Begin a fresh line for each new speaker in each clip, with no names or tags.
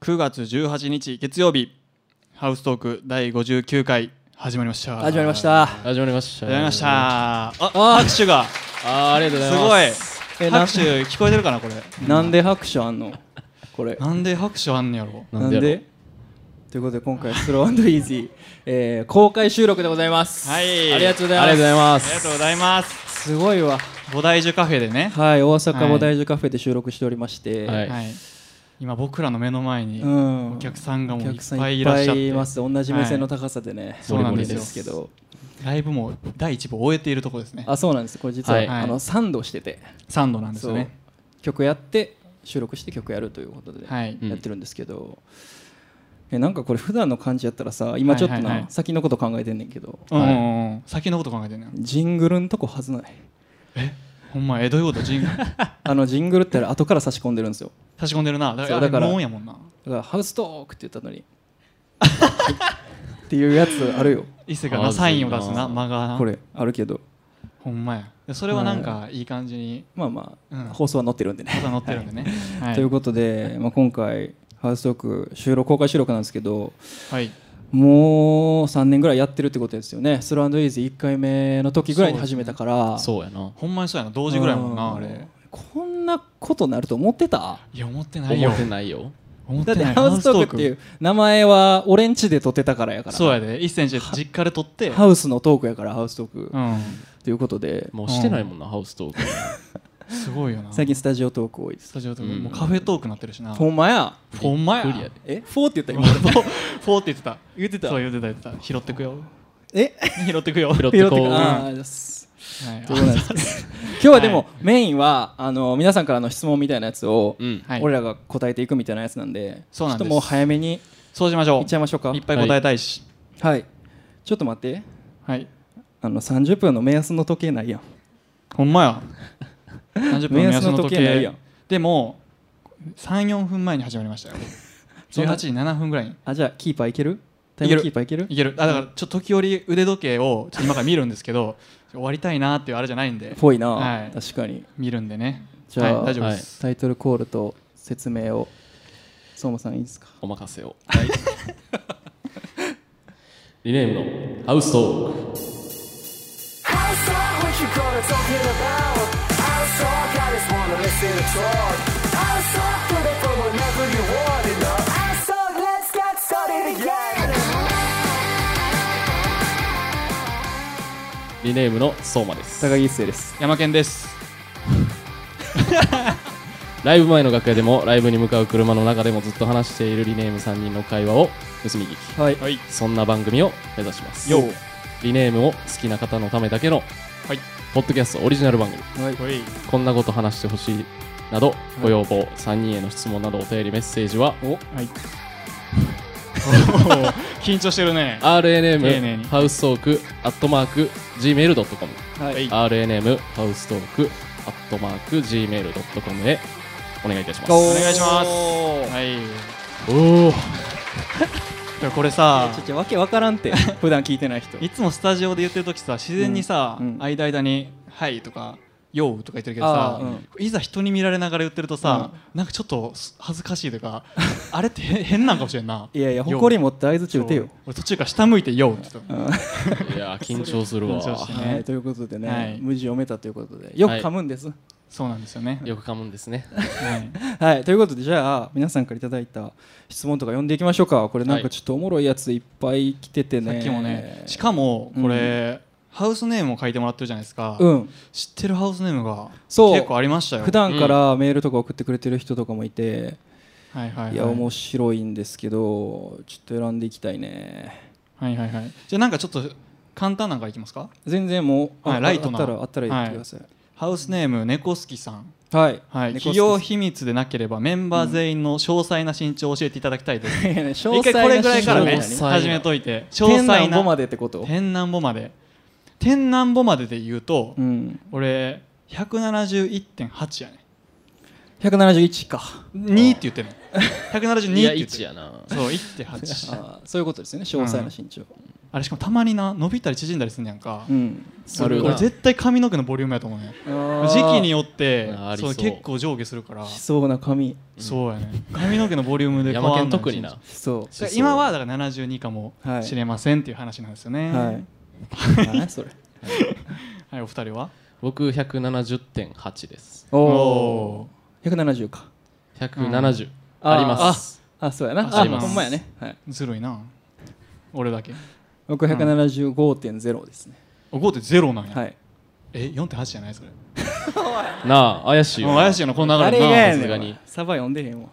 9月18日月曜日ハウストーク第59回始まりました
始まりました。
始まりました。
始まりましたあ
あー
拍手が
あーありがとうございます。
すご
え
い
なん
拍手聞こえてるかなこれ
なんで拍手あんのこ れ。
なんで拍手あんのやろ
なん
やろ
でということで今回スローイージー、えー、公開収録でございます。
はい
ありがとうござい
あ
ます。
りがとうございま
ありがと
す。
うございます
すごいわ。
菩提樹カフェでね
はい、大阪
はい
菩提樹カフェで収録しておりまして、
はい
今僕らの目の前に
うん、
お客さんが
お
もういっ
客さん
ぱい
い
い
っ
らっ
ぱ
しゃっ
い
て
います。同じ目線の高さでね、
そうなんですよ
けど、
ライブも第1部終えているとこですね
あ、そうなんです。これ実は、
はい
あのサンドしてて、
サンドなんですよね
そう曲やって収録して曲やるということで、
はい
うん
やってるんですけど、えなんかこれ普段の感じやったらさ、今ちょっと
はいはいは
ない先のこと考えてんねんけど。
うんうんうん先のこと考えてんねん
ジングルんとこはずない
ほんまえどういうことジン グル
あのジングルってあれ後から差し込んでるんですよ
差し込んでるなだから
そうだから
あれ無音やもんな
だからハウストークって言った のにっていうやつあるよ
伊勢がな
あ
サインを出す
そうや
な
な
間がな
これあるけど
ほんまやでそれはなんかいい感じに
まあまあ、
うん
放送は載ってるんでね
肩乗ってるんでねは
という
い
ことで、まあ、今回ハウストーク収録公開収録なんですけど
はい
もう3年ぐらいやってるってことですよねスローイーズ1回目の時ぐらいに始めたから
そうやな。
ほんまにそうやな同時ぐらいやもんな
う
あれ
こんなことなると思ってた
いや思ってない
思
よ
ってないよ。
思っ
だ
て
って
ない
ハウストークっていう名前は俺ん家で撮ってたからやから
そうやで一センチ実家で撮って
ハウスのトークやからハウストーク、
うん
ということで
もうしてないもんな、ハウストーク。
すごいよな
最近スタジオトーク多いです
スタジオとか
うん
もうカフェトークなってるしな
ほんまや
ほんまや
びっくりやで
えフォーって言
今
った
フォーフォーって言ってた
言ってた
そう言ってた言ってた拾ってくよ
え
拾ってくよ
拾
ピ
って
ロテ
こ
ク
う。
あーです
はい
ということなんですけど今日はでもメインはあの皆さんからの質問みたいなやつを
うん。
はい
俺らが答えていくみたいなやつなんでち
そう
ょ
なん
っ
です
ともう早めに
そうしましょう
いっちゃいましょうか
いっぱい答えたいし
はいちょっと待って
はい
あの30分の目安の時計ないやん
ほんまや30分の目安の時
目安の時計ないや
計
ん
でも34分前に始まりましたよ
そんな
18時7分ぐらいに
あじゃあキーパーいけるタ
い
イ
ける
ムキーパーいける
いけるあだからちょっと時折腕時計をちょっと今から見るんですけど終わりたいなっていうあれじゃないんで
ぽいな、
はい
確かに
見るんでね
じゃあ
はい、大丈夫です、
タイトルコールと説明を相馬さんいいですか
お任せを。リネームのハウストーク。
I saw what you gonna talking about. I saw guys wanna listen to talk. I saw put up from whenever you want it up. I saw let's get started again.
リネームの相馬です。
高木一生です
山健です
ライブ前の楽屋でも、ライブに向かう車の中でもずっと話しているリネーム3人の会話を盗み聞き。
はい
はい
そんな番組を目指します。
よ
リネームを好きな方のためだけの、
はい
ポッドキャストオリジナル番組。
はい
ほい
こんなこと話してほしいなど、ご要望、3人への質問などお便りメッセージは、
はいおー緊張してるね寧に
RNM ハウストークアットマーク Gmail.com
はい、
はい
RNM ハウストークアットマーク Gmail.com へお願いいたします
お
お
ー
願いしますはいでもこれさ
ちょっとわけわから んって普段聞いてない人
いつもスタジオで言ってる時さ自然にさ、
うんうん
間々に「はい」とか「よう」とか言ってるけどさ
あ、ー
いざ人に見られながら言ってるとさ、なんかちょっと恥ずかしいというか あれってへ変なんかもしれんない
やいや
よう
誇り持って合図中打て
そ
よ
う、俺途中から下向いて「よう」って言ったの
いやー緊張するわ
緊張して
はい、
ね
ということでね、
はい
無事読めたということでよく噛むんですは
そうなんですよね
よく噛むんですね
はい
い、ということでじゃあ皆さんからいただいた質問とか読んでいきましょうかこれなん
は
か
い
ちょっとおもろいやついっぱい来てて
さ
ね
っきもねしかもこれ、ハウスネームを書いてもらってるじゃないですか、
うん
知ってるハウスネームが
そう
結構ありましたよ
普段からメールとか送ってくれてる人とかもいて、
はいはいはい
いや面白いんですけどちょっと選んでいきたいね
はいはいはいじゃあなんかちょっと簡単なんからいきますか
全然もう、あ
はいライト
あ
な
ったらあったら言ってください
ハウスネーム猫好きさん
はい、
はい、
猫好
企
きさん
業秘密でなければメンバー全員の詳細な身長を教えていただきたい です、
いやね詳 細
一回これぐらいからね
な
詳
質
細な
始めといて詳
問
細な
天南までってこと
天南母まで天南母までで言うと、
うん
俺171.8やね
171か
2って言ってるの172って
い
言
や
ってる
1やな
そう1.8
あーそういうことですよね詳細な身長、
あれしかもたまにな伸びたり縮んだりすんねやんか、
うん、
ある
俺絶対髪の毛のボリュームやと思うね時期によって
あーあり
そ
そう
う結構上下するから
しそうな髪
そうやね髪の毛のボリュームで変
山
わん
県
の
特にな
しそ
だから今はだから72かもしれませんっていう話なんですよ
う
ね
はい何それ
はい、お二人は
僕170.8です
お
お
お170か
170、
あー
あります
あそうやな
あ
あ
ります
ほんまやね、はい、
ずるいな俺だけ
僕175.0ですね、
お5.0なんや、
はい
え4.8じゃないそれ
なあ怪しいよ
もう怪しいよなこの流れ
誰
でな
がや
さすが
ね
に
んサバ読んでへんわっ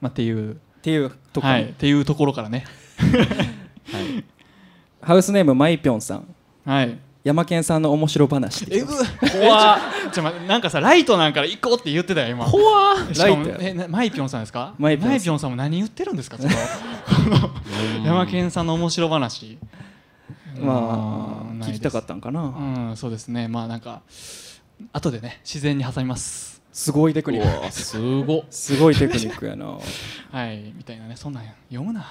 まあ、っていう
ていうところ、
はい、っていうところからね
はい
ハウスネームマイピョンさん
はい
山健さんの面白話って
えぐ怖っちょちょ待ってなんかさライトなんから行こうって言ってたよ今
怖
し
ラ
か
イ
も
トや
えなマイピョンさんですか
マイピョンさん
さんも何言ってるんですかその
うん
ヤマケンさんの面白話
ま
うん
あ
ない
聞
です
きたかったんか
う
なん
そうですねまあなんか後でね自然に挟みます
すごいテクニック
うわすごっ
すごいテクニックやな
はいみたいなねそんなんや読むな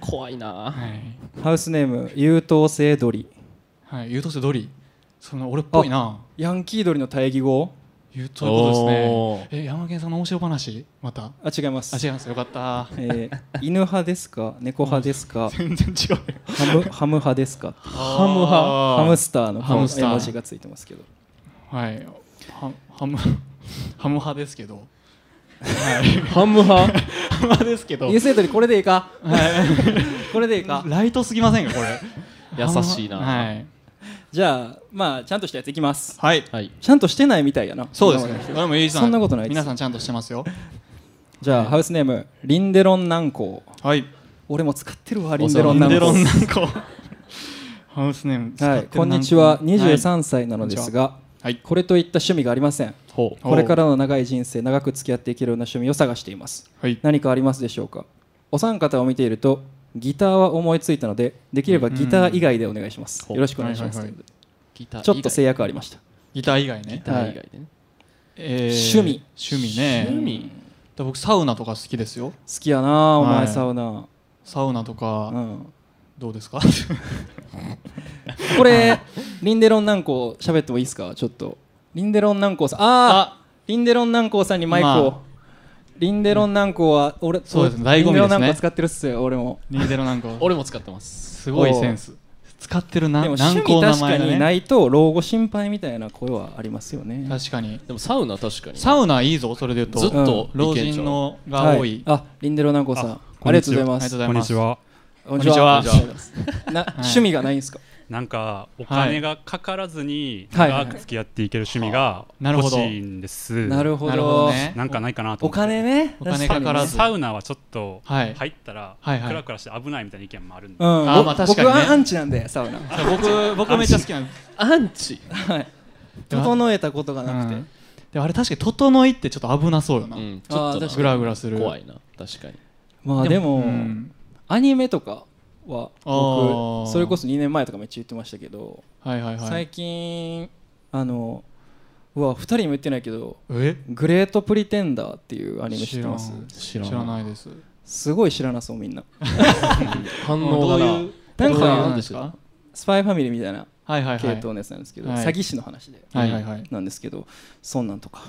怖いな
はい、
ハウスネーム優等生鳥
はい、優等生ドリその俺っぽいな
ヤンキー鳥の対義語
言うということ
お
で
ー
すねえヤマケンさんの面白話また
あ違います
あ違いますよかった
えー犬派ですか猫派ですか
全然違う
ハムハム派ですか
ハ
ム派
ハム
派
スターの
ハムスター
絵文字がついてますけど
はいハハム ハム派ですけど
ハム派
ハム派ですけど
優勢鳥これでいいか これでいいか
ライトすぎませんかこ れ
優しいな
はい、
じゃあまあちゃんとしたやついきます
はい、
はい
ちゃんとしてないみたいやな
そうです
今ま
ね
で
これもいいじゃん
そんなことないです
皆さんちゃんとしてますよ
じゃあハウスネームリンデロン南光
はい
俺も使ってるわリ
お
ン
世
デ
話
ロン
にな
デ
南
ロン
光
なんかハウスネーム使
は
っ
い
てる
こんにちは
なんか
23歳なのですが
はい
これといった趣味がありません
ほう
お
これからの長い人生長く付き合っていけるような趣味を探しています
はい
何かありますでしょうかお三方を見ているとギターは思いついたのでできればギター以外でお願いします、
うん
よろしくお願いします、
はいはいは
ギター
ちょっと制
約
約ありました、
ギター以外ね
ギター以外でね
えー
趣味
趣味ね
趣味
だ僕サウナとか好きですよ
好きやなお
は
前
い
サウナ、
サウナとか
うん、
どうですか
これリンデロン南光喋ってもいいですかちょっとリンデロン南光さんああリンデロン南光さんにマイクを、
まあ
リンデロン南光は俺
そうですね醍醐味ですね
リンデロン南光使ってるっすよ俺も
リンデロ なんか
俺も使ってます
すごいセンス使ってるな
でも
難
趣
攻
味
名
確
前
か
だ
に
ね
ないと老後心配みたいな声はありますよね
確かに
でもサウナ確かに
サウナいいぞそれで言うと
ずっと
う
老
いけんちゃ
人
う
のが多い、
あリンデロ南光さんありがとうございます
あり
こん
が
に
とうございます
ちは。
こん
にちは
な、趣味がないんですか。
なんかお金がかからずに
はいはい
長く付き合っていける趣味が
なるほ
欲
ど
しいんです。
なるほど。
なるほどね
なんかないかなと
お
思って。
金ね。
お金かからず
サウナはちょっと
はい
入ったら
はいはい
クラクラして危ないみたいな意見もあるん
う。
で
ん、
あー
ぼ
まあ確か
僕
にね
はアンチなんで、サウナ。
僕僕めっちゃ好きなん
アンチ
はい。整えたことがなくて。
うんでもあれ確かに整いってちょっと危なそうよな、
うんちょ
あー
っと
確
グ
か
ラグラする
怖いな確かに
まあ、でも、
うん
アニメとかは、
あー
僕、それこそ2年前とかめっちゃ言ってましたけど。
はいはいはい
最近、あの、うわ、二人にも言ってないけど。
え
グレートプリテンダーっていうアニメ知ってます
知らん
知らん
知らないです
すごい知らなそうみんな
反応
ど
が
う
な
いう
なんか
どういうのですか
スパイファミリーみたいな
はいはいは
系
い
統のやつなんですけど、
はい
詐欺師の話で、
はいはいはい
なんですけどそんなんとか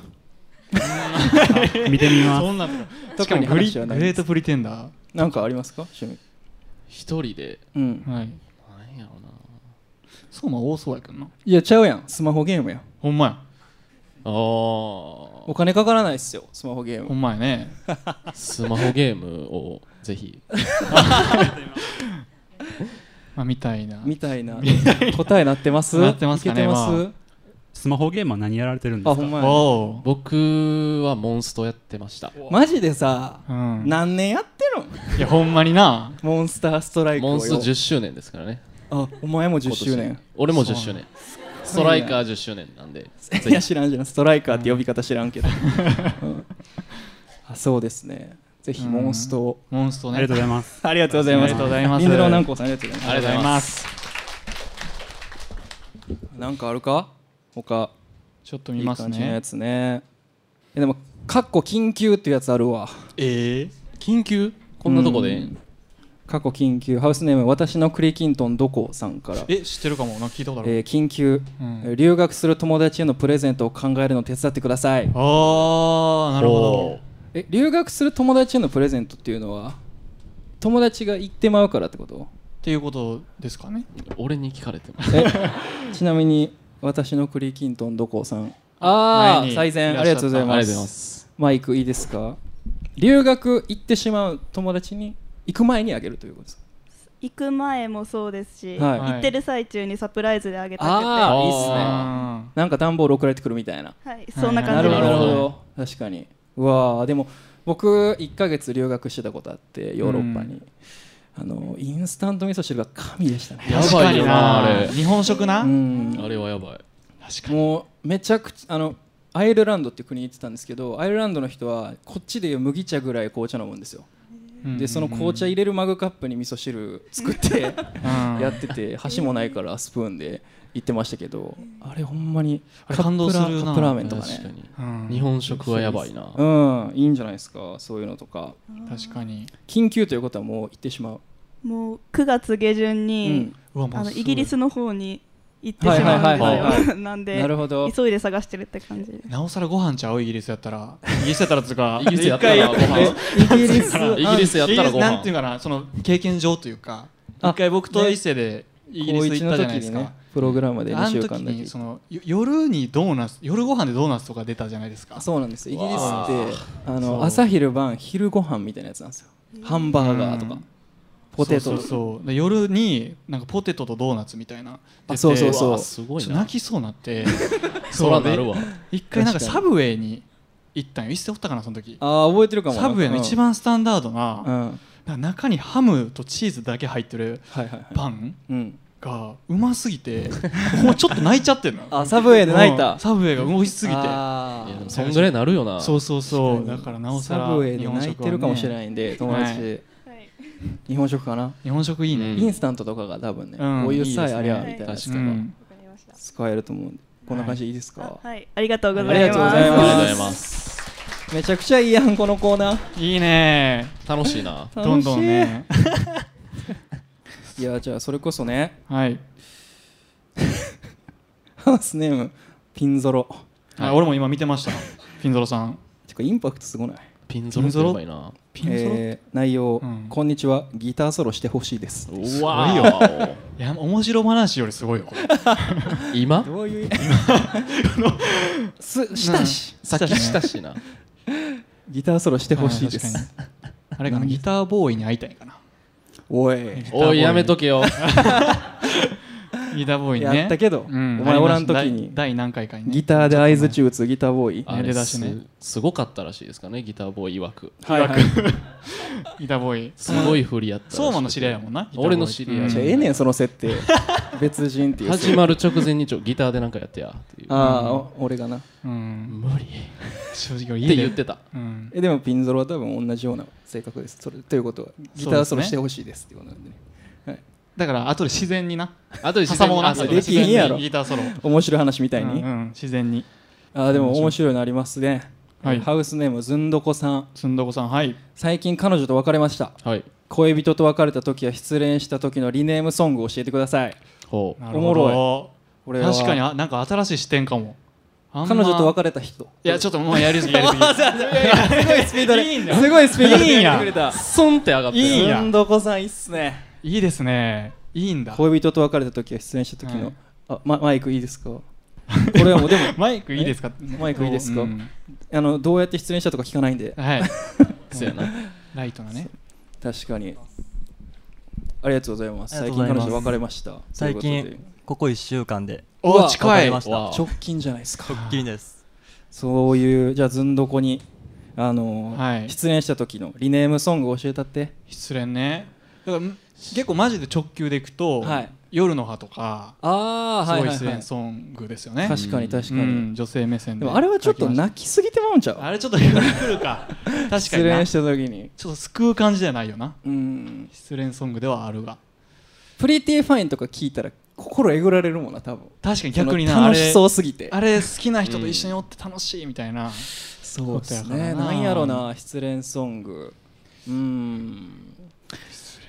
見てみます。
そんなし
特
かも
に
グリ
話は
グ
ない
レートプリテンダー
なんかありますか趣味
一人で
うん
はい
なんやろな
そうま多そうやけどない
やちゃうやんスマホゲームやん
ほんまや
あ
お金かからないっすよスマホゲー
ほ
ム
んまやね
あスマホゲームをぜひ
まあみたいな
みたいな答えなってます
なってますかね
いけてます、
ま
スマホゲームは何やられてるん
あ、
です
ほん
か。
まやね
おう
僕はモンストやってました
マジでさ、
うん
何年やってるの
いやほんまにな
モンスターストライクをよ
モンスト10周年ですからね
あお前も10
今年
周年
俺も10周年ストライカー10周年なんでぜ
いや
ひ
知らん知らんストライカーって呼び方知らんけど、うん あそうですねぜひモンストを、
モンストね
ありがとうございます。
ありがとうございます
ありがとうございます
リンデロン南光さんありがとうございます
ありがとうございます
なんかあるか他
ちょっと見ます
いい感じの
ね
やつねえでも「かっこ緊急」っていうやつあるわ
ええ
緊急こんなとこで
うん過去緊急ハウスネーム私のクリキントンどこさんから
え知ってるかもなんか聞いたことある、
えー緊急、
うん
えー留学する友達へのプレゼントを考えるのを手伝ってください
ああなるほ
え留学する友達へのプレゼントっていうのは友達が行ってまうからってこと
どっていうことですかね
俺に聞かれても
えちなみに私のクリキントンどこさん
前
ああ
に
最
い
善
ら
あ
っし
り
ゃ
が
った
とうござい
あ
ま
りがとうございますす
マイクいいですか留学行ってしまう友達に行く前にあげるということですか
行く前もそうですし、
はい
行ってる最中にサプライズであげたくて、
あ
は、
ーいいっすね
あ
なんか段ボール送られてくるみたいない
そんな
な
感じ
るほ
で
どな
す。
るほ
なる
ど確かにうわーでも僕1ヶ月留学してたことあってヨーロッパに、あのインスタント味噌汁が神でしたね
や
ー
ばいよ
確
な
かに
あれ
日本食な、
うん
あれはやばい確
もうめちゃくちゃあのアイルランドっていう国に行ってたんですけどアイルランドの人はこっちでいう麦茶ぐらい紅茶飲むんですよ
うん
でその紅茶入れるマグカップに味噌汁作って
うん
やってて箸もないからスプーンで行ってましたけどあれほんまに
あれ感動するな
カップラーメンとか
確か
ね
に
うん
日本食はやばいな
うんいいんじゃないですかそういうのとか
確かに
緊急ということはもう行ってしまう、
もう9月下旬
う
に
ん、、
うわもう
あの
すぐ
イギリスの方に行ってしまうん
はいはいはい
です
は
よ。なんで
なるほど
急いで探してるって感じです。
なおさらご飯ちゃうイギリスやったら イギリスやったらつうか
イギリスやったらご
一回
飯
イギリス
イギリスやったらご
なんていう
飯
かなその経験上というか
あ
一回僕と伊勢でイギリス行ったじゃないです
高一の時に
か
ねプログラムで
あ
2
の
週
時
間だけ
にそのよ夜にドーナツ夜ご飯でドーナツとか出たじゃないですか
そうなんですイギリスって
わ
あ
そ
の
う
朝昼晩昼ご飯みたいなやつなんですよハンバーガーとか
うん
ポテト
そうそうそうで夜になんかポテトとドーナツみたいな
あそうそうそう
わすご
ちょ
い
っと
な
泣きそうになって
そらなるわ
一回なんか
確
サ
かに
ブウェイに行ったんよ一世おったかなその時
ああ覚えてるかも
サブウェイの一、番スタンダード
うんう、
なん
はい
なんか中にハムとチーズだけ入ってる
はいはい
パン
うん、
がうますぎてもうちょっと泣いちゃってんの
あサブウェイで泣いた
うんサブウェイが美味しすぎて
あ
いやでも
ー
そんぐらいなるよな
そうそうそうだからなおさら
サブウェイで泣いてるかもしれ
い
ないんで友達、
は
はい
日本食かな、
日本食いいね、
うん
インスタントとかが多分ね、
うん
お湯さえあり
い
ゃ
い
み
です
た
ね
いなやつと
う
か
ん
わかりました。
使えると思うんでこんな感じでいいですか、
あはい、ありがとうございます。
ありがとうござい
ありがとうご
ま
ざ
す
います
めちゃくちゃいいやんこのコーナー
いいね
楽しいな
どんどんね
いやじゃあそれこそね
はい、
ハウスネームピンゾロ
はい、俺も今見てましたピンゾロさん
てかインパクトすごない
ピンゾロってやばいな
ピンゾロ、
えー内容、
うん
こんにちはギターソロしてほしいです
うわ
いや面白話よりすごいよこれ
ー今
どういうすしたし、
先した しな
ギターソロしてほし
あ
いで
ー確
す
あれかなギターボーイに会いたいかな
おい
おいやめと けよ
ギターボーイにね
やったけど、
うん
お前おらん時
ありました
に
第第何回かにね
ギターで合図打つギターボーイ
あ
出
れ
だしね
すすごかったらしいですかねギターボーイ曰く
はいはい
ギターボーイ
すごい振りやったらしくて
相馬の知り合いやもんなギターボーイ
俺の知り合い
じゃあええねんその設定別人っていう
始まる直前にちょギターでなんかやってやっていう
ああ、お俺がな
うん
無理っ
正直俺家
て
で
言ってた
うん
えでもピンゾロは多分同じような性格ですそれということはギターソロしてほしいですっていうことなんでね
だから後で自然にな
あとで
挟もうな
それ
後で自然に
できんやろ
ギターソロ
面白い話みたいに、
うんうん自然に
あーでも面白いのありますね、
はい
ハウスネームずんどこさん
つんどこさんはい
最近彼女と別れました
はい
恋人と別れた時や失恋した時のリネームソングを教えてください
ほう
なるほど
おもろ俺は
確かにあなんか新しい視点かもあんま
彼女と別れた人
いやちょっともうやりすぎやり すぎ
すごい スピードで
いいんだ
すごいスピードで
いいんや
やってくれた
ソンって上がってる
いいんや
ずんどこさんいいっすね
いいですねいいんだ
恋人と別れた時や失恋した時
う
の、
ん
あママイクいいですかこれはもうでも
マイクいいですか
マイクいいですか
うん
あのどうやって失恋したとか聞かないんで
はい
そうやな
ライトなね
確かにありがとうございます
あり
最近
がとうご
彼
ざいます
女別れました
最
というこ
近ここ1週間で
うわ
お近い
わかりました
わあ
とで直近じゃないですか
直近です
そういうじゃあずんどこにあの、
はい
失恋した時のリネームソングを教えたって
失恋ねだからん結構マジで直球でいくと、
はい
夜の葉とか
ああ
すごい失恋ソングですよね、
確かに確かに、
うん女性目線
で
で
もあれはちょっ
書
と
きまし
泣きすぎてまうんちゃう
たあれちょっと夜来る か確か
失
にな
恋し
ち
た時に
ょっと救う感じじゃないよな
うん
失恋ソングではあるが
プリティファインとか聞いたら心えぐられるもんな多分
確かに逆にな
その
あ
楽し
れ
そうすぎて
あれ好きな人と一緒におって楽しいみたいな、
そうです
ことや
ね
からな
なんやろな失恋ソングうーん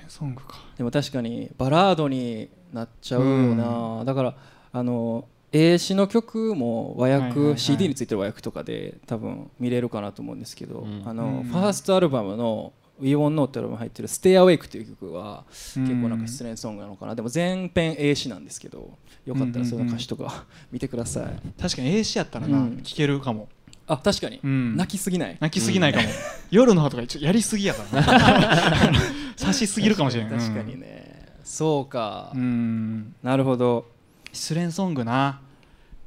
ソングか
でも確かにバラードになっちゃうよな、だからあの英詞の曲も
は
和
い
訳、
はいはい
CD についてる和訳とかで多分見れるかなと思うんですけど、
うん
あ
う
の
ん
ファーストアルバムの「We Won't Know」ってアルバムに入ってる「Stay Awake」っていう曲は
結
結構なんか失恋ソングなのかな、でも全編英詞なんですけどよかったらその歌詞とか 見てください、
確かに AC やったらな、
うん
聞けるかも、
あ確かに、
うん
泣きすぎない
泣きすぎないかも、夜の歯とかちょっとやりすぎやからな 差しすぎるかもしれない
確かにね、そうか、
うんうん
なるほど
失恋ソングな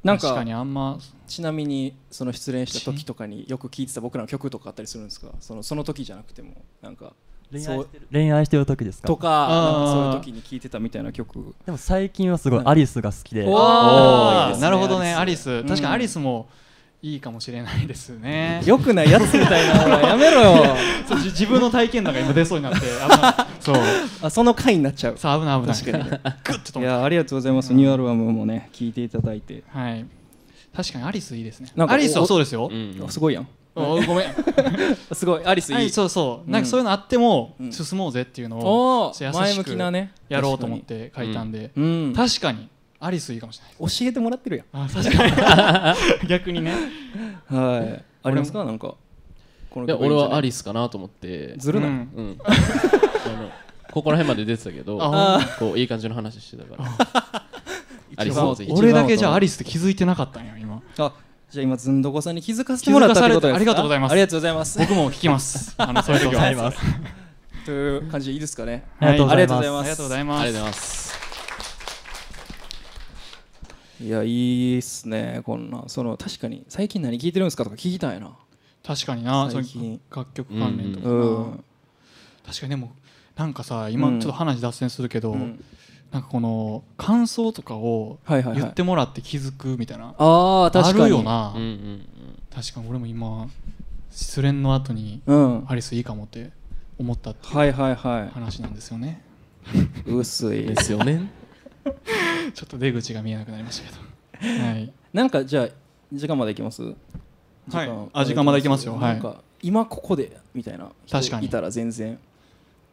なん
確か
か
にあんま
ちなみにその失恋した時とかによく聴いてた僕らの曲とかあったりするんですかそのその時じゃなくてもなんか
恋
そ
愛
う
してる恋愛してる時ですか
とか
あー
なんかそういう時に聴いてたみたいな曲
でも最近はすごい
うん
アリスが好きで、
おーいいですね
なるほどね
ア
ア
リ
リ
ス
ス確かに
うん
アリスもいいかもしれないですね、
よくないやつみたいなおいやめろよ
そうじ自分の体験談が今出そうになって あんまそう
あその回になっちゃう
さあ危ない危ない
確かにね
グッて止
い
めた
やありがとうございますニューアルバムもね聴いていただいて
はい確かにアリスいいですね
なんか
アリス
お
はそうですよ、
うん
あすごいやん
おごめん
すごいアリスいい、
はい、そうそう、
うん
なんかそういうのあっても
うん
進もうぜっていうのを
お
ちょっ
ー
と優
前
しく
向きなね
やろうと思って書いたんで、
確かにうん教
確かにアリスいいかもしれない
えてもらってるやん
あ確か に逆にね
はいありますかなんかこの
いや俺はア
リ
リスかなと思って
ずるな、
うん
うんあのここら辺まで出てたけど
あ
こういい感じの話してたから アリ
一
ス
番
をぜひ
俺だけじゃアリスって気づいてなかったんや今
あじゃあ今ずんどこさんに気づかせてもらったってこと
気
ですか
づかされてありがとうございます
ありがとうございます
僕も聞きますあのそういう時は
ありがとうございます
という感じでいいですかね
はい
ありがとうございます
ありがとうございます
ありがとうございます
いやいいっすねこんなその確かに最近何聴いてるんですかとか聞きたいな
確かになそう
最
い
近
う楽曲関連とか
う
な、
ん、
確かにでもなんかさ
う
今ちょ
ん
っと話脱線するけど、
うん
なんかこの感想とかを
はいはい
言
は
っ
い
てもらって気づくみたいな、
ああ
あ
確かに
るよな、
うんうんうん
確かに俺も今失恋の後に
うんは
アリスいいかもって思ったって
いはいは
話なんですよね
い薄い
ですよね
ちょっと出口が見えなくなりましたけどはい
なんかじゃあ時間までいきます
はいあ時間までいきますよはい
なんか今ここでみたいな人
確かに
いたら全然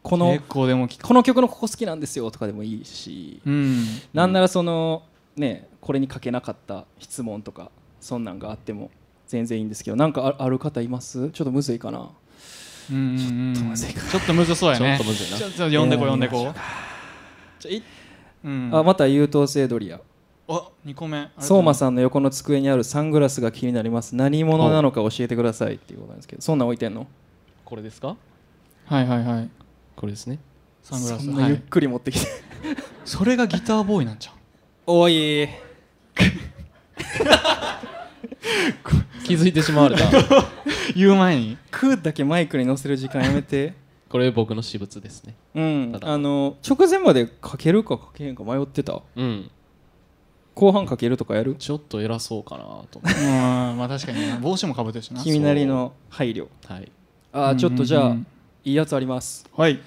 この
結構でも聞く
この曲のここ好きなんですよとかでもいいし
うん
なんならそのねこれに書けなかった質問とかそんなんがあっても全然いいんですけどなんかあある方いますちょっとむずいかな
うん
ちょっとむずいか
ちょっとむずそうやね
ちょっとむずいな
ちょっと読んでこう
いや
読んでこう
ちょい
うん
あまた優等生ドリア
あ二個目
相馬
ん
さんの横の机にあるサングラスが気になります何者なのか教えてくださいっていうことなんですけどそんなん置いてんの
これですか
はいはいはい
これです ね
サングラス
そんな
は
ゆっ
い
くり持って きて、
それがギターボーイなんじゃん
おい
気づいてしまわれた
言う前に
クーだけマイクに乗せる時間やめて
これ僕の私物ですね
うん
ただ
あの直前まで書けるか書けへんか迷ってた
うん
後半書けるとかやる
ちょっと偉そうかなと思っ
うんまあ確かにね帽子もかぶってるしな
君なりの配慮
てはい
あーちょっとじゃ
う
あ、
んうんうん
いいやつあります
はい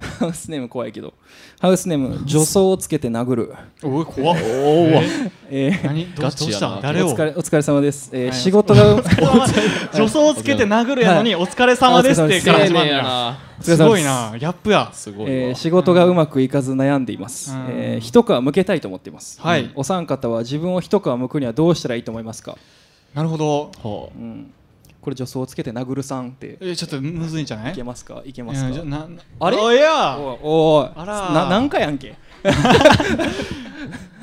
ハウスネーム怖いけどハウスネーム女装をつけて殴る、
おい怖っ
おお
えー
何どうどう
ガチや
し
な
た
お
誰を
疲れお疲れ様です、え
は
ー
い
仕事が お疲れ
女装をつけて殴るやのに「お疲れ様です」ってから
あお疲れ
始
様です
まるか
や
ら
な
すごいなギャップや
すごい わ、
えー仕事がうまくいかず悩んでいます、
うん
えー一皮むけたいと思っています、
はい
お三方は自分を一皮むくにはどうしたらいいと思いますか、
なるほど
ほう
うん、これ女装をつけて殴るさんって
えちょっとむずいんじゃないい
け
ま
ますかいけますかあ
あ
れ
れいや
おいおい
あらー
な何回やんけ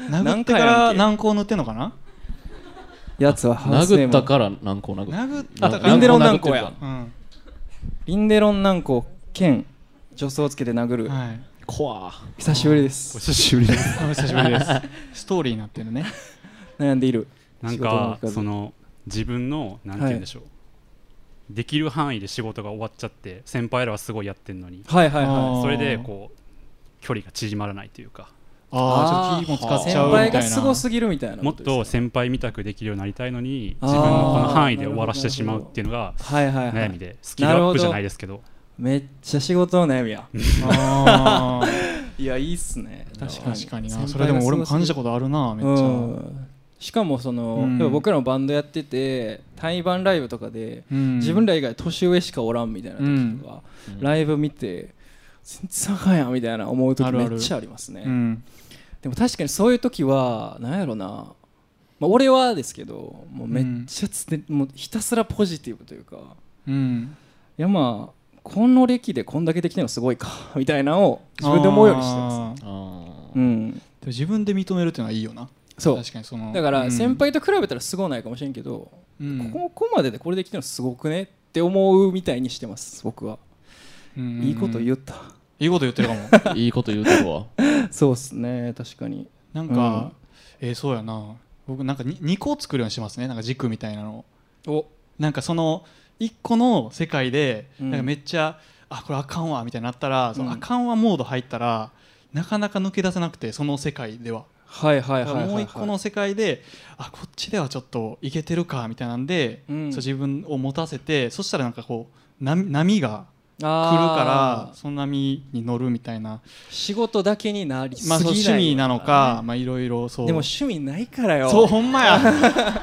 殴ってか
なんかやん
ら
け
軟膏塗ってんのかな
やつはハウスネー
殴っ
ム
たから何個殴った
殴った
な
から
リンデロン何個
殴って
や
るか
うん
リンデロン軟膏兼女装をつけて殴る、
はい
怖
久しぶりです
久しぶりです
お久しぶ りですストーリーになってるね
悩んでいる
なん
仕事がうま
か
くいず
その自分のなんて言うんでしょう、できる範囲で仕事が終わっちゃって先輩らはすごいやってんのに
はいはい
あ
は
ー
それでこう距離が縮まらないというか
ああちょっと気も
い
使っ
先
ちゃうみた
輩
いな
がすごすぎるみたいな
もっ
ことです
と先輩みたくできるようになりたいのに
あー
自分のこの範囲で終わらせてしまうっていうのが
はいはいは
悩み
い
でスキルアップじゃないですけど
めっちゃ仕事の悩みや
あ
いやいいっすね確
ー
かに
確かになそれでも俺も感じたことあるなめっちゃ
うんしかもその、
うん
やっぱ僕らもバンドやってて対バンライブとかで、
うん
自分ら以外年上しかおらんみたいな時とか、
うん
ライブ見て全然あかんやんみたいな思う時
ある
め
ある
っちゃありますね
うん
でも確かにそういう時はなんやろな、まあ、俺はですけどもうめっちゃつ、ねもうひたすらポジティブというか
うん
いやまあこの歴でこんだけできたのすごいか みたいなのを自分で思うようにしてます、
あーで
あ
う
ー
ん、
も自分で認めるっていうのはいいよな
そう
確かにその
だから先、輩と比べたらすごないかもしれんけど、
うん
ここまででこれできたのすごくねって思うみたいにしてます僕は、
うん
いいこと
う
言った
いいこと言ってるかも
いいこと言うてるわ
そうっすね確かに
なんか、えーそうやな僕なんか 2, 個作るようにしてますねなんか軸みたいなのを
お
なんかその1個の世界で
うん
なんかめっちゃ、あこれあかんわみたいになったら、その
うん
あかんわモード入ったらなかなか抜け出せなくてその世界では
はいはい
だ
は
か
いはい、
ら
はい、
もう一個の世界であこっちではちょっといけてるかみたいなんで、
うん
そう自分を持たせてそしたらなんかこうな波が来る
あー
からその波に乗るみたいな、
仕事だけになりすぎ
ま
な
あ、
い
そう趣味なのか
ね
まあいろいろそう
でも趣味ないからよ
そうほんま や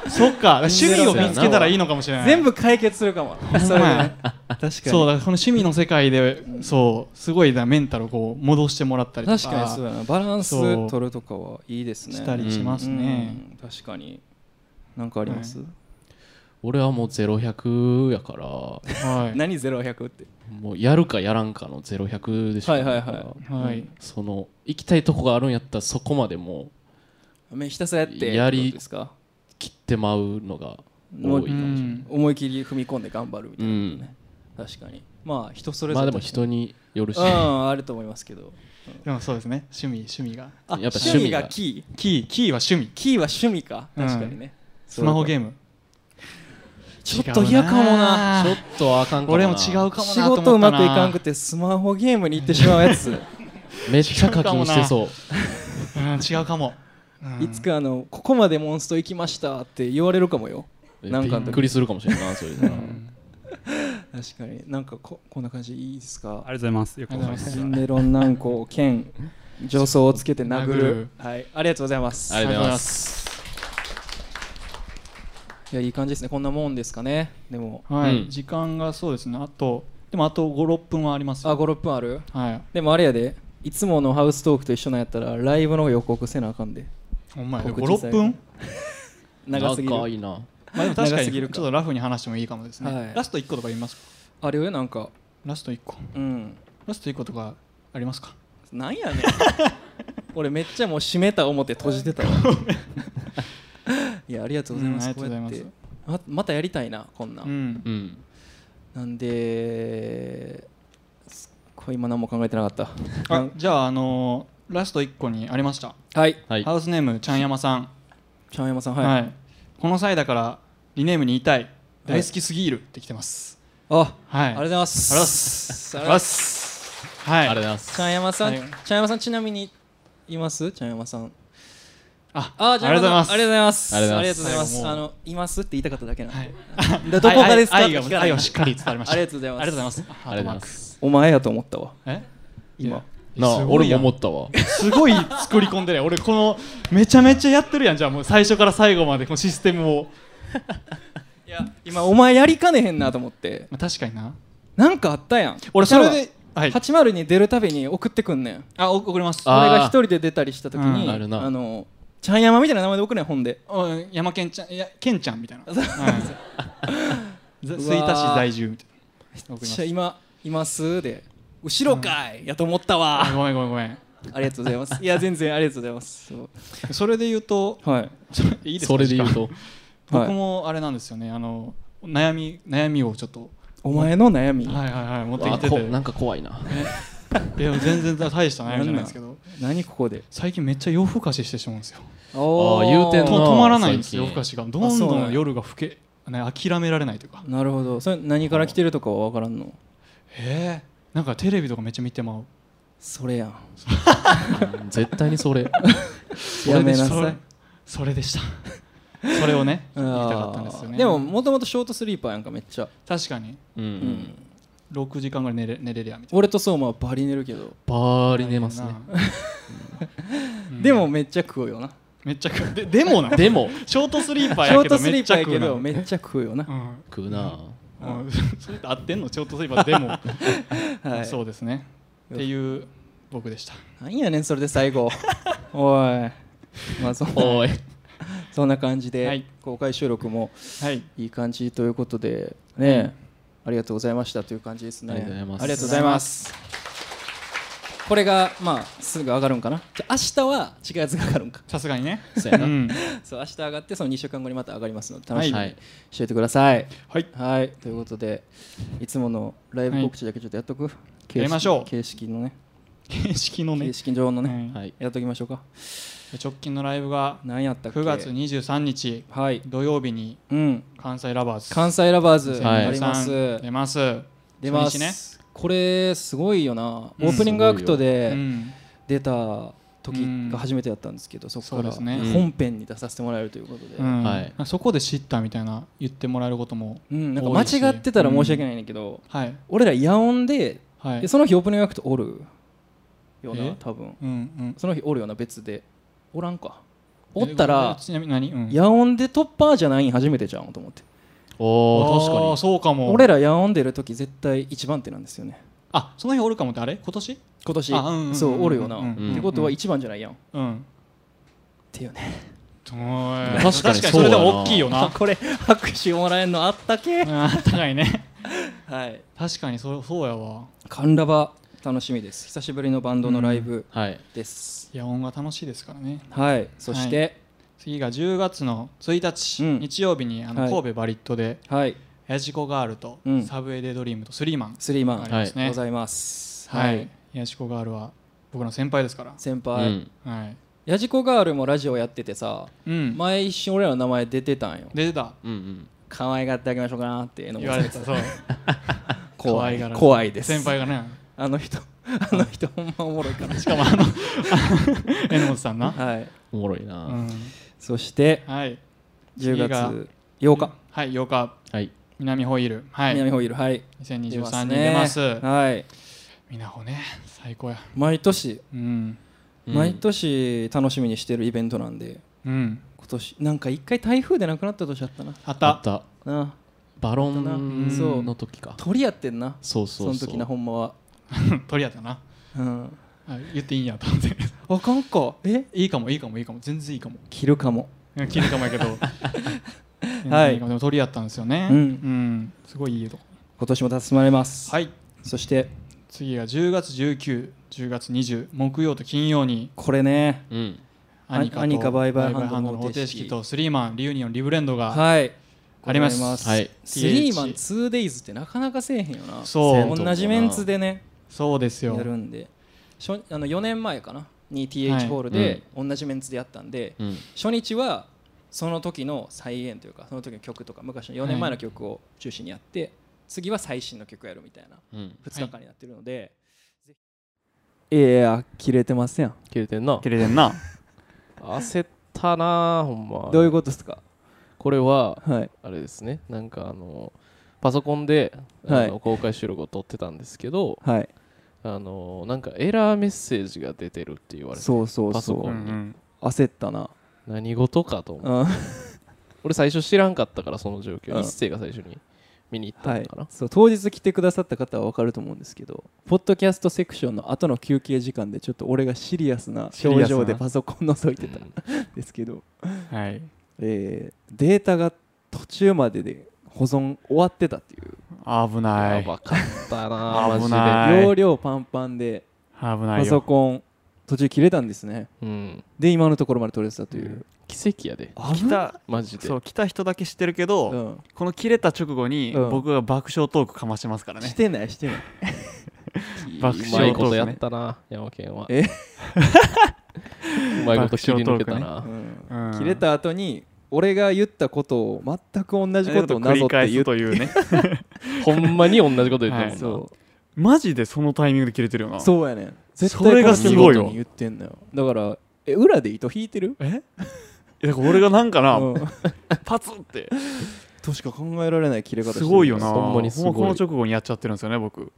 そっか趣味を見つけたらいいのかもしれない
全部解決するか もそれでね確かに
そうだからこの趣味の世界でそうすごいだメンタルをこう戻してもらったりとか
確かにそうだなバランス取るとかはいいですね
した
で
りしますね、
確かに何かあります、
俺はもう0100やからも
はい、
何ゼロ百って
うやるかやらんかの0100でしかないから
はいはいは
は
い
い
その行きたいとこがあるんやったらそこまでも
めひたすらやって
やり
ってことですか
う切ってまうのが
もう
多いかもしれない
思い切り踏み込んで頑張るみたいなね、確かにまあ人それぞ
まあ
れ
でも人によるし
う
やっ
んあると思いますけど
でもそうですね趣味趣味が
あ
ぱ趣
趣味
味
が
が
キー
キーキーは趣味
キーは趣味か確かにね、
スマホ
ーム
ゲーム
ちょっと嫌かもな
ちょっとあかんかもな
俺も違うかもなと思ったな
仕事うまくいかんくてスマホゲームに行ってしまうやつ
めっちゃ課金してそう
うん違うかも、うん
いつかあのここまでモンスト行きましたって言われるかもよ
び
なんかの時
っくりするかもしれんないそれでな
確かになんかここんな感じいいですか
ありがとうございます。よくわかりま
ありがとうございます
し
シ
た。
ンデロン軟膏剣上層をつけて殴る
殴る
はいありがとうございます
ありがとうございます
す
いやいい感じですねこんなもんですかねでも
はい、
うん
時間がそうですねあとでもあと56分はあります
あ
よ
56分ある
はい
でもあれやでいつものハウストークと一緒なんやったらライブの予告せなあかんで
お前
告知
56分
長すぎる
仲いいな
まあでも確か
長
に
すぎ
ちょ
る
っ
か
とラフに話してもいいかもですね、
はい
ラスト1個とか言いますか
あれよなんか
ラスト1個
うん
ラスト1個とかありますか
なんやねん俺めっちゃもう閉めた表閉じてたわいやありがとうございます、
うん
こうやっ
ありがと
て
う
ままたやりたいなこんなん、
うん
うん
なんですっごい今何も考えてなかっ
あじゃああのーラスト1個にありました、
たはい
はい
ハウスネームちゃんやまさん
ちゃんやまさんは、
はいい、この際だからリネームに言いたい大好きすぎるってきてます
あ
はい
ありがとうございます
ありがとうございます
あ
あ
り
り
がとうございま
ますすはい
ちゃ
ありがとうございます
んやまさ
は
ん、
い
ちゃんやまさんちなみにいますちゃんやまさん
あ
あ
ありがとうございます
ありがとうございます
ありがとうご
あり
ざいます
がとうございます
最後もう
あのいますって言いたかっただけなんで、
はい
でどこかですか
愛
って
愛愛
聞か
が
ない
愛をしっかり伝わりました
ありがとうございます
ありがとうございます
ありがとうございます
お前やと思ったわ
え
今
な
す
あ
ご
俺
い
も
やん
思ったわ
すごい作り込んでね俺このめちゃめちゃやってるやんじゃあもう最初から最後までこのシステムを
いや今お前やりかねへんなと思って
まあ確かにな
なんかあったやん
俺それではい
802に出るたびに送ってくんねん
あお送ります
あー
俺が一人で出たりした時に、
うん
あるな
あのちゃんやまみたいな名前で送るねん本で
うん山健ちゃんいや健ちゃんみたいなはいざ吹田市在住みたいな送りま
じゃ
す
あ今いますで後ろかい、やと思ったわ
あごめんごめんごめん
ありがとうございますいや全然ありがとうございますそう
それで言うと
はい
そいいですか
それで言う
時
と
間僕もあれなんですよねあの悩み悩みをちょっと
お前の悩み、
はいはいはい持って
あ
きて
こ
て
なんか怖いない
や全然大した悩みじゃないですけど
何ここで
最近めっちゃ夜更かししてしまうんですよ
おー
言うてん
と
な
止まらないんですよ夜
最
更か
近
しがどん
そう
ど
なんや
ん夜が更け、ね、諦められないというか
なるほどそれ何から来てるとかは分からんの
へえなんかテレビとかめっちゃ見てまう
それやん
うん絶対にそれ
やめな
そ
さ
れ
い
それでした それをね言いたかったんですよ
あー
ね
でももともとショートスリーパーやんかめっちゃ、
確かに
うんう
うん
6時間ぐらい寝れ寝れりゃみたい
俺と相馬はバリ寝るけど、
バーリ寝ますね
な
でもめっちゃ食うよな
めっちゃ食うででもな
でも
ショートスリーパー
ショ
や
ー
け
ト
ど
ス
め
リ
っ
ー
ち
パー
ゃ
や
食
け
うな
どめっちゃ食うよな
うん
食うな
うんそれって合ってんのショートスリーパーでも
はい
そうですねっていう僕でした
なんやねんそれで 最後おいまあそんな
お い
そんな感じで、
はい
公開収録も
はい
いい感じということでね、ありがとうございましたという感じですね
ありがとうございます
ありがとうございますこれがまあすぐ上がるんかなじゃあ明日は違うやつが上がるんか
さすがにね
そうや
う
な、
ん
そう明日上がってその2週間後にまた上がりますので楽しみ
は
に
い
しておいてください
はい
はいということでいつものライブ告知だけちょっとやっとく、形式
やりましょう
形式のね
形式のね
形式上のね、
うん
はい
やっときましょうか
直近のライブが
何やったっけ
9月23日
はい
土曜日に
うん
関西ラバーズ
関西ラバーズ
はい
あります、
出ます
出ま
初
す、
日ね
これすごいよな、
うん
オープニングアクト
う
で
ん
出た時が初めてだったんですけど、そこから
そうです
ね
本編に出させてもらえるということで、う
うんん
はい
そこで知ったみたいな言ってもらえることも
なんか間違ってたら申し訳ないんだけど、
はい
俺ら夜音で
はい
でその日オープニングアクトおるよな
え
多分
うんうん
その日おるよな別でおらんかおったら
えちなみに何うん
夜音でトッパーじゃないん初めてじゃんと思って
おー確か
あー
に
そうかも
俺ら夜音出る時絶対一番手なんですよね
あその日おるかもってあれ今年
今年
あうんうんうん
そうおるよな、
うん
うん
ってことは一番じゃないやんっ
うん
ていうね
確
確かに
それで
そうだ
も
な
大きいよな
これ 拍手もらえんのあったけ
うんあったかいね
はい
確かにそうそうやわ
カンラバ楽しみです久しぶりのバンドのライブ
はい
です、
夜音が楽しいですからね
はいそして
次が10月の1日、
うん
日曜日にあの
はい
神戸バリットで
はい、
ヤジコガールと
うん
サブエデドリームとスリーマン
スリーマン、
ありますね、
ございます
はい、ヤジコガールは僕の先輩ですから
先
う
輩、
ん
はい、
ヤジコガールもラジオやっててさ
うん、
前一瞬俺らの名前出てたんよ
出てた
うんうん
可愛がってあげましょうかなっていうのも
言われてたそう
怖
可
い
愛がられて
怖いです
先輩がね
あの人あの人ほんまおもろいから
しかもあの榎本さんな、、
はい
おもろいうなん
そして
はい
10
次が
月8日、
はい8日
はい
南ホイールはい
南ホイールはい
2023に出ます
はい
みなほね最高や
毎年、
うん
うん
毎年楽しみにしてるイベントなんで
うん
今年なんか一回台風でなくなった年あったな
あっ
あ
た
った
な
バロ
だな
ン
そう
の時か
鳥やってんな
そう
そ
そうそう
の時なほんまは
取り合ったな
うん
あ言っていいんやと思って
あかんかえ
いいかもいいかもいいかも全然いいかも
着るかも
聞いかもやけど
はい
全然かもでも取り合ったんですよね
うん
うんすごいいいと
今年もたすまれます、
はい
そして
次が10月1910月20木曜と金曜に
これね
うん
アニカと
アニカバイバイ
バイバイハンド
ハン
の
ドの
方
方程
程
式
式とスリーマンリユニオンリブレンドが
はい
あります
ござ
はい
スリーマン 2days ってなかなかせえへんよな
そう
同じメンツでね
そうですよ
やるんで初あの4年前かなに TH ホールで同じメンツでやったんで、
うん
初日はその時の再現というかその時の曲とか昔の4年前の曲を中心にやって、次は最新の曲やるみたいな
うん
2日間になってるので、い、や切れてません
切れてんな
れてんな
焦ったなほんま
どういうことですか
これは
はい
あれですねなんかあのパソコンで
はい
あの公開収録を撮ってたんですけど
はい
あのなんかエラーメッセージが出てるって言われて
そうそう
パソ
そ
コ
う
ンに
焦ったな
何事かと思って
うんは
俺最初知らんかったからその状況
うん
一星が最初に見に行ったの
い
かな
そう当日来てくださった方は分かると思うんですけどポッドキャストセクションの後の休憩時間でちょっと俺がシリアスな
シリ
表
アスな
情でパソコン覗いてたん
う
ですけど、
はい
えーデータが途中までで保存終わってたっていう
危
ん
な
や
い
ばかったなマジ
危
で
ない
容量パンパンで
危な
パ
い
ソ
よ
コン途中切れたんですね
うん
で今のところまで取れてたという、
奇跡やで
危
来
な
た
マジで
そう来た人だけ知ってるけど、
うん、
この切れた直後に
うん
僕が爆笑トークかましてますからね
し、てないしてないう
まいことやったな山県は
え
うまいこと切り抜けたな
うん
うん
切れた後に俺が言ったことを全く同じことをなぞ
繰
っ
り
て
返
言
す
っ
というね
ほんまに同じこと言ってるもんな
そ
マジでそのタイミングで切れてるよな
うそうやねん絶対
それがすごい
この人の
わ
ことに言ってんのよだからえ裏で糸引いてる
えいやだから俺がなんかな、
うん
パツって
としか考えられない切れ方して
す
る
ごいよな
ほんまにすごい
ほんまこの直後にやっちゃってるんですよね僕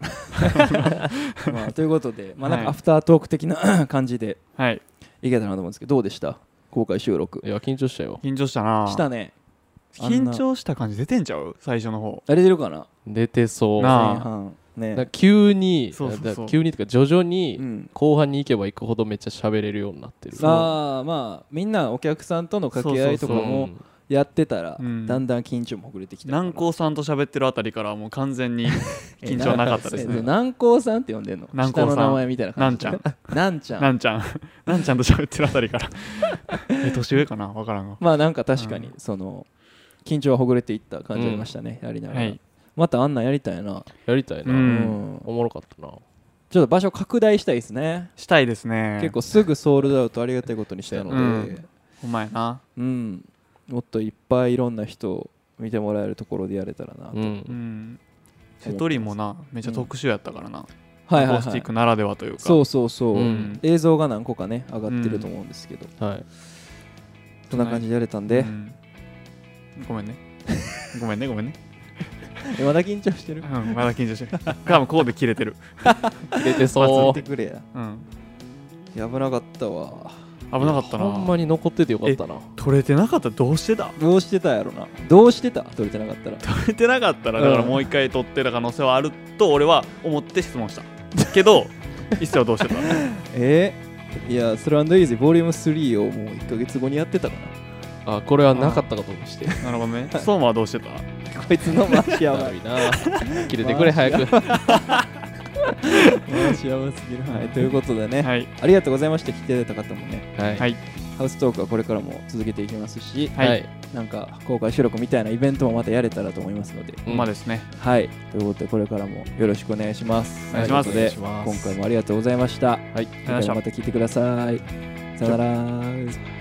まあということで、まあ、なんか
は
ア
い
フタートーク的な 感じで
はい
いけたらなと思うんですけどどうでした公開収録
いや緊張したよ
緊張したな
したねあんな
緊張した感じ出てんちゃう最初の方
あれ出るかな
出てそう
なあ
前半
だ
ね
から急に
そうそうそう
だから急にとか徐々
う
に
ん
後半に行けば行くほどめっちゃ喋れるようになってる
ああまあみんなお客さんとの掛け合いとか
う
も
ん
やってたら
うん
だんだん緊張もほぐれてきた
南光さんと喋ってるあたりからもう完 全に緊張なかったですね
南光さんって呼んでんの
南
下
光さ
の
ん
名前みたいな感じ
なんち
なんちゃん
なんちゃん なんちゃんと喋ってるあたりから え年上かなわからんが
まあなんか確かにその緊張はほぐれていった感じありましたねやりなが
は
ら
い
またあんなんやりたいな
やりたいな、
うん
うん
おもろかったな
ちょっと場所拡大したいですね
したいですね
結構すぐソールドアウトありがたいことにした
う
ので
んほんまやな
うんもっといっぱいいろんな人を見てもらえるところでやれたらな
う
うんん瀬戸りもなめっちゃ特殊やったからな、
は
ア
いはい
コース
は
ティ
い
ックならではというか
そうそうそううん映像が何個かね上がってると思うんですけど
はい
そんな感じでやれたんで
うんごめんねごめんねごめんね、
えまだ緊張してる
うん、まだ緊張してる多分こうで切れてる、
入れて
言
そ
っ
う
てくれや
うん、
やばなかったわ
危なかったな
ほんまに残っててよかったな
取れてなかったらどうしてた
どうしてたやろなどうしてた取れてなか ったら
取れてなかったらだからもう一回取ってた可能性はあると俺は思って質問したけど一世はどう してた
えー、いやスランドイーズボリューム3をもう1ヶ月後にやってたか
あこれはなかったことにして
なるほどね相馬はどうしてた
なこいつのマジやば
悪
い
いな切れてくれ 早く
マジやばすぎるはいということでね、
はい
ありがとうございました来ていただいた方もね
はい
はい
ハウストークはこれからも続けていきますし
はい
はい
なんか公開収録みたいなイベントもまたやれたらと思いますので
ほんまですね
はいということでこれからもよろしくお願いします
お願いします
という
お
こと
願いし
で
ます
今回もありがとうございました
は
次
い
回もまた聞いてくださいさよなら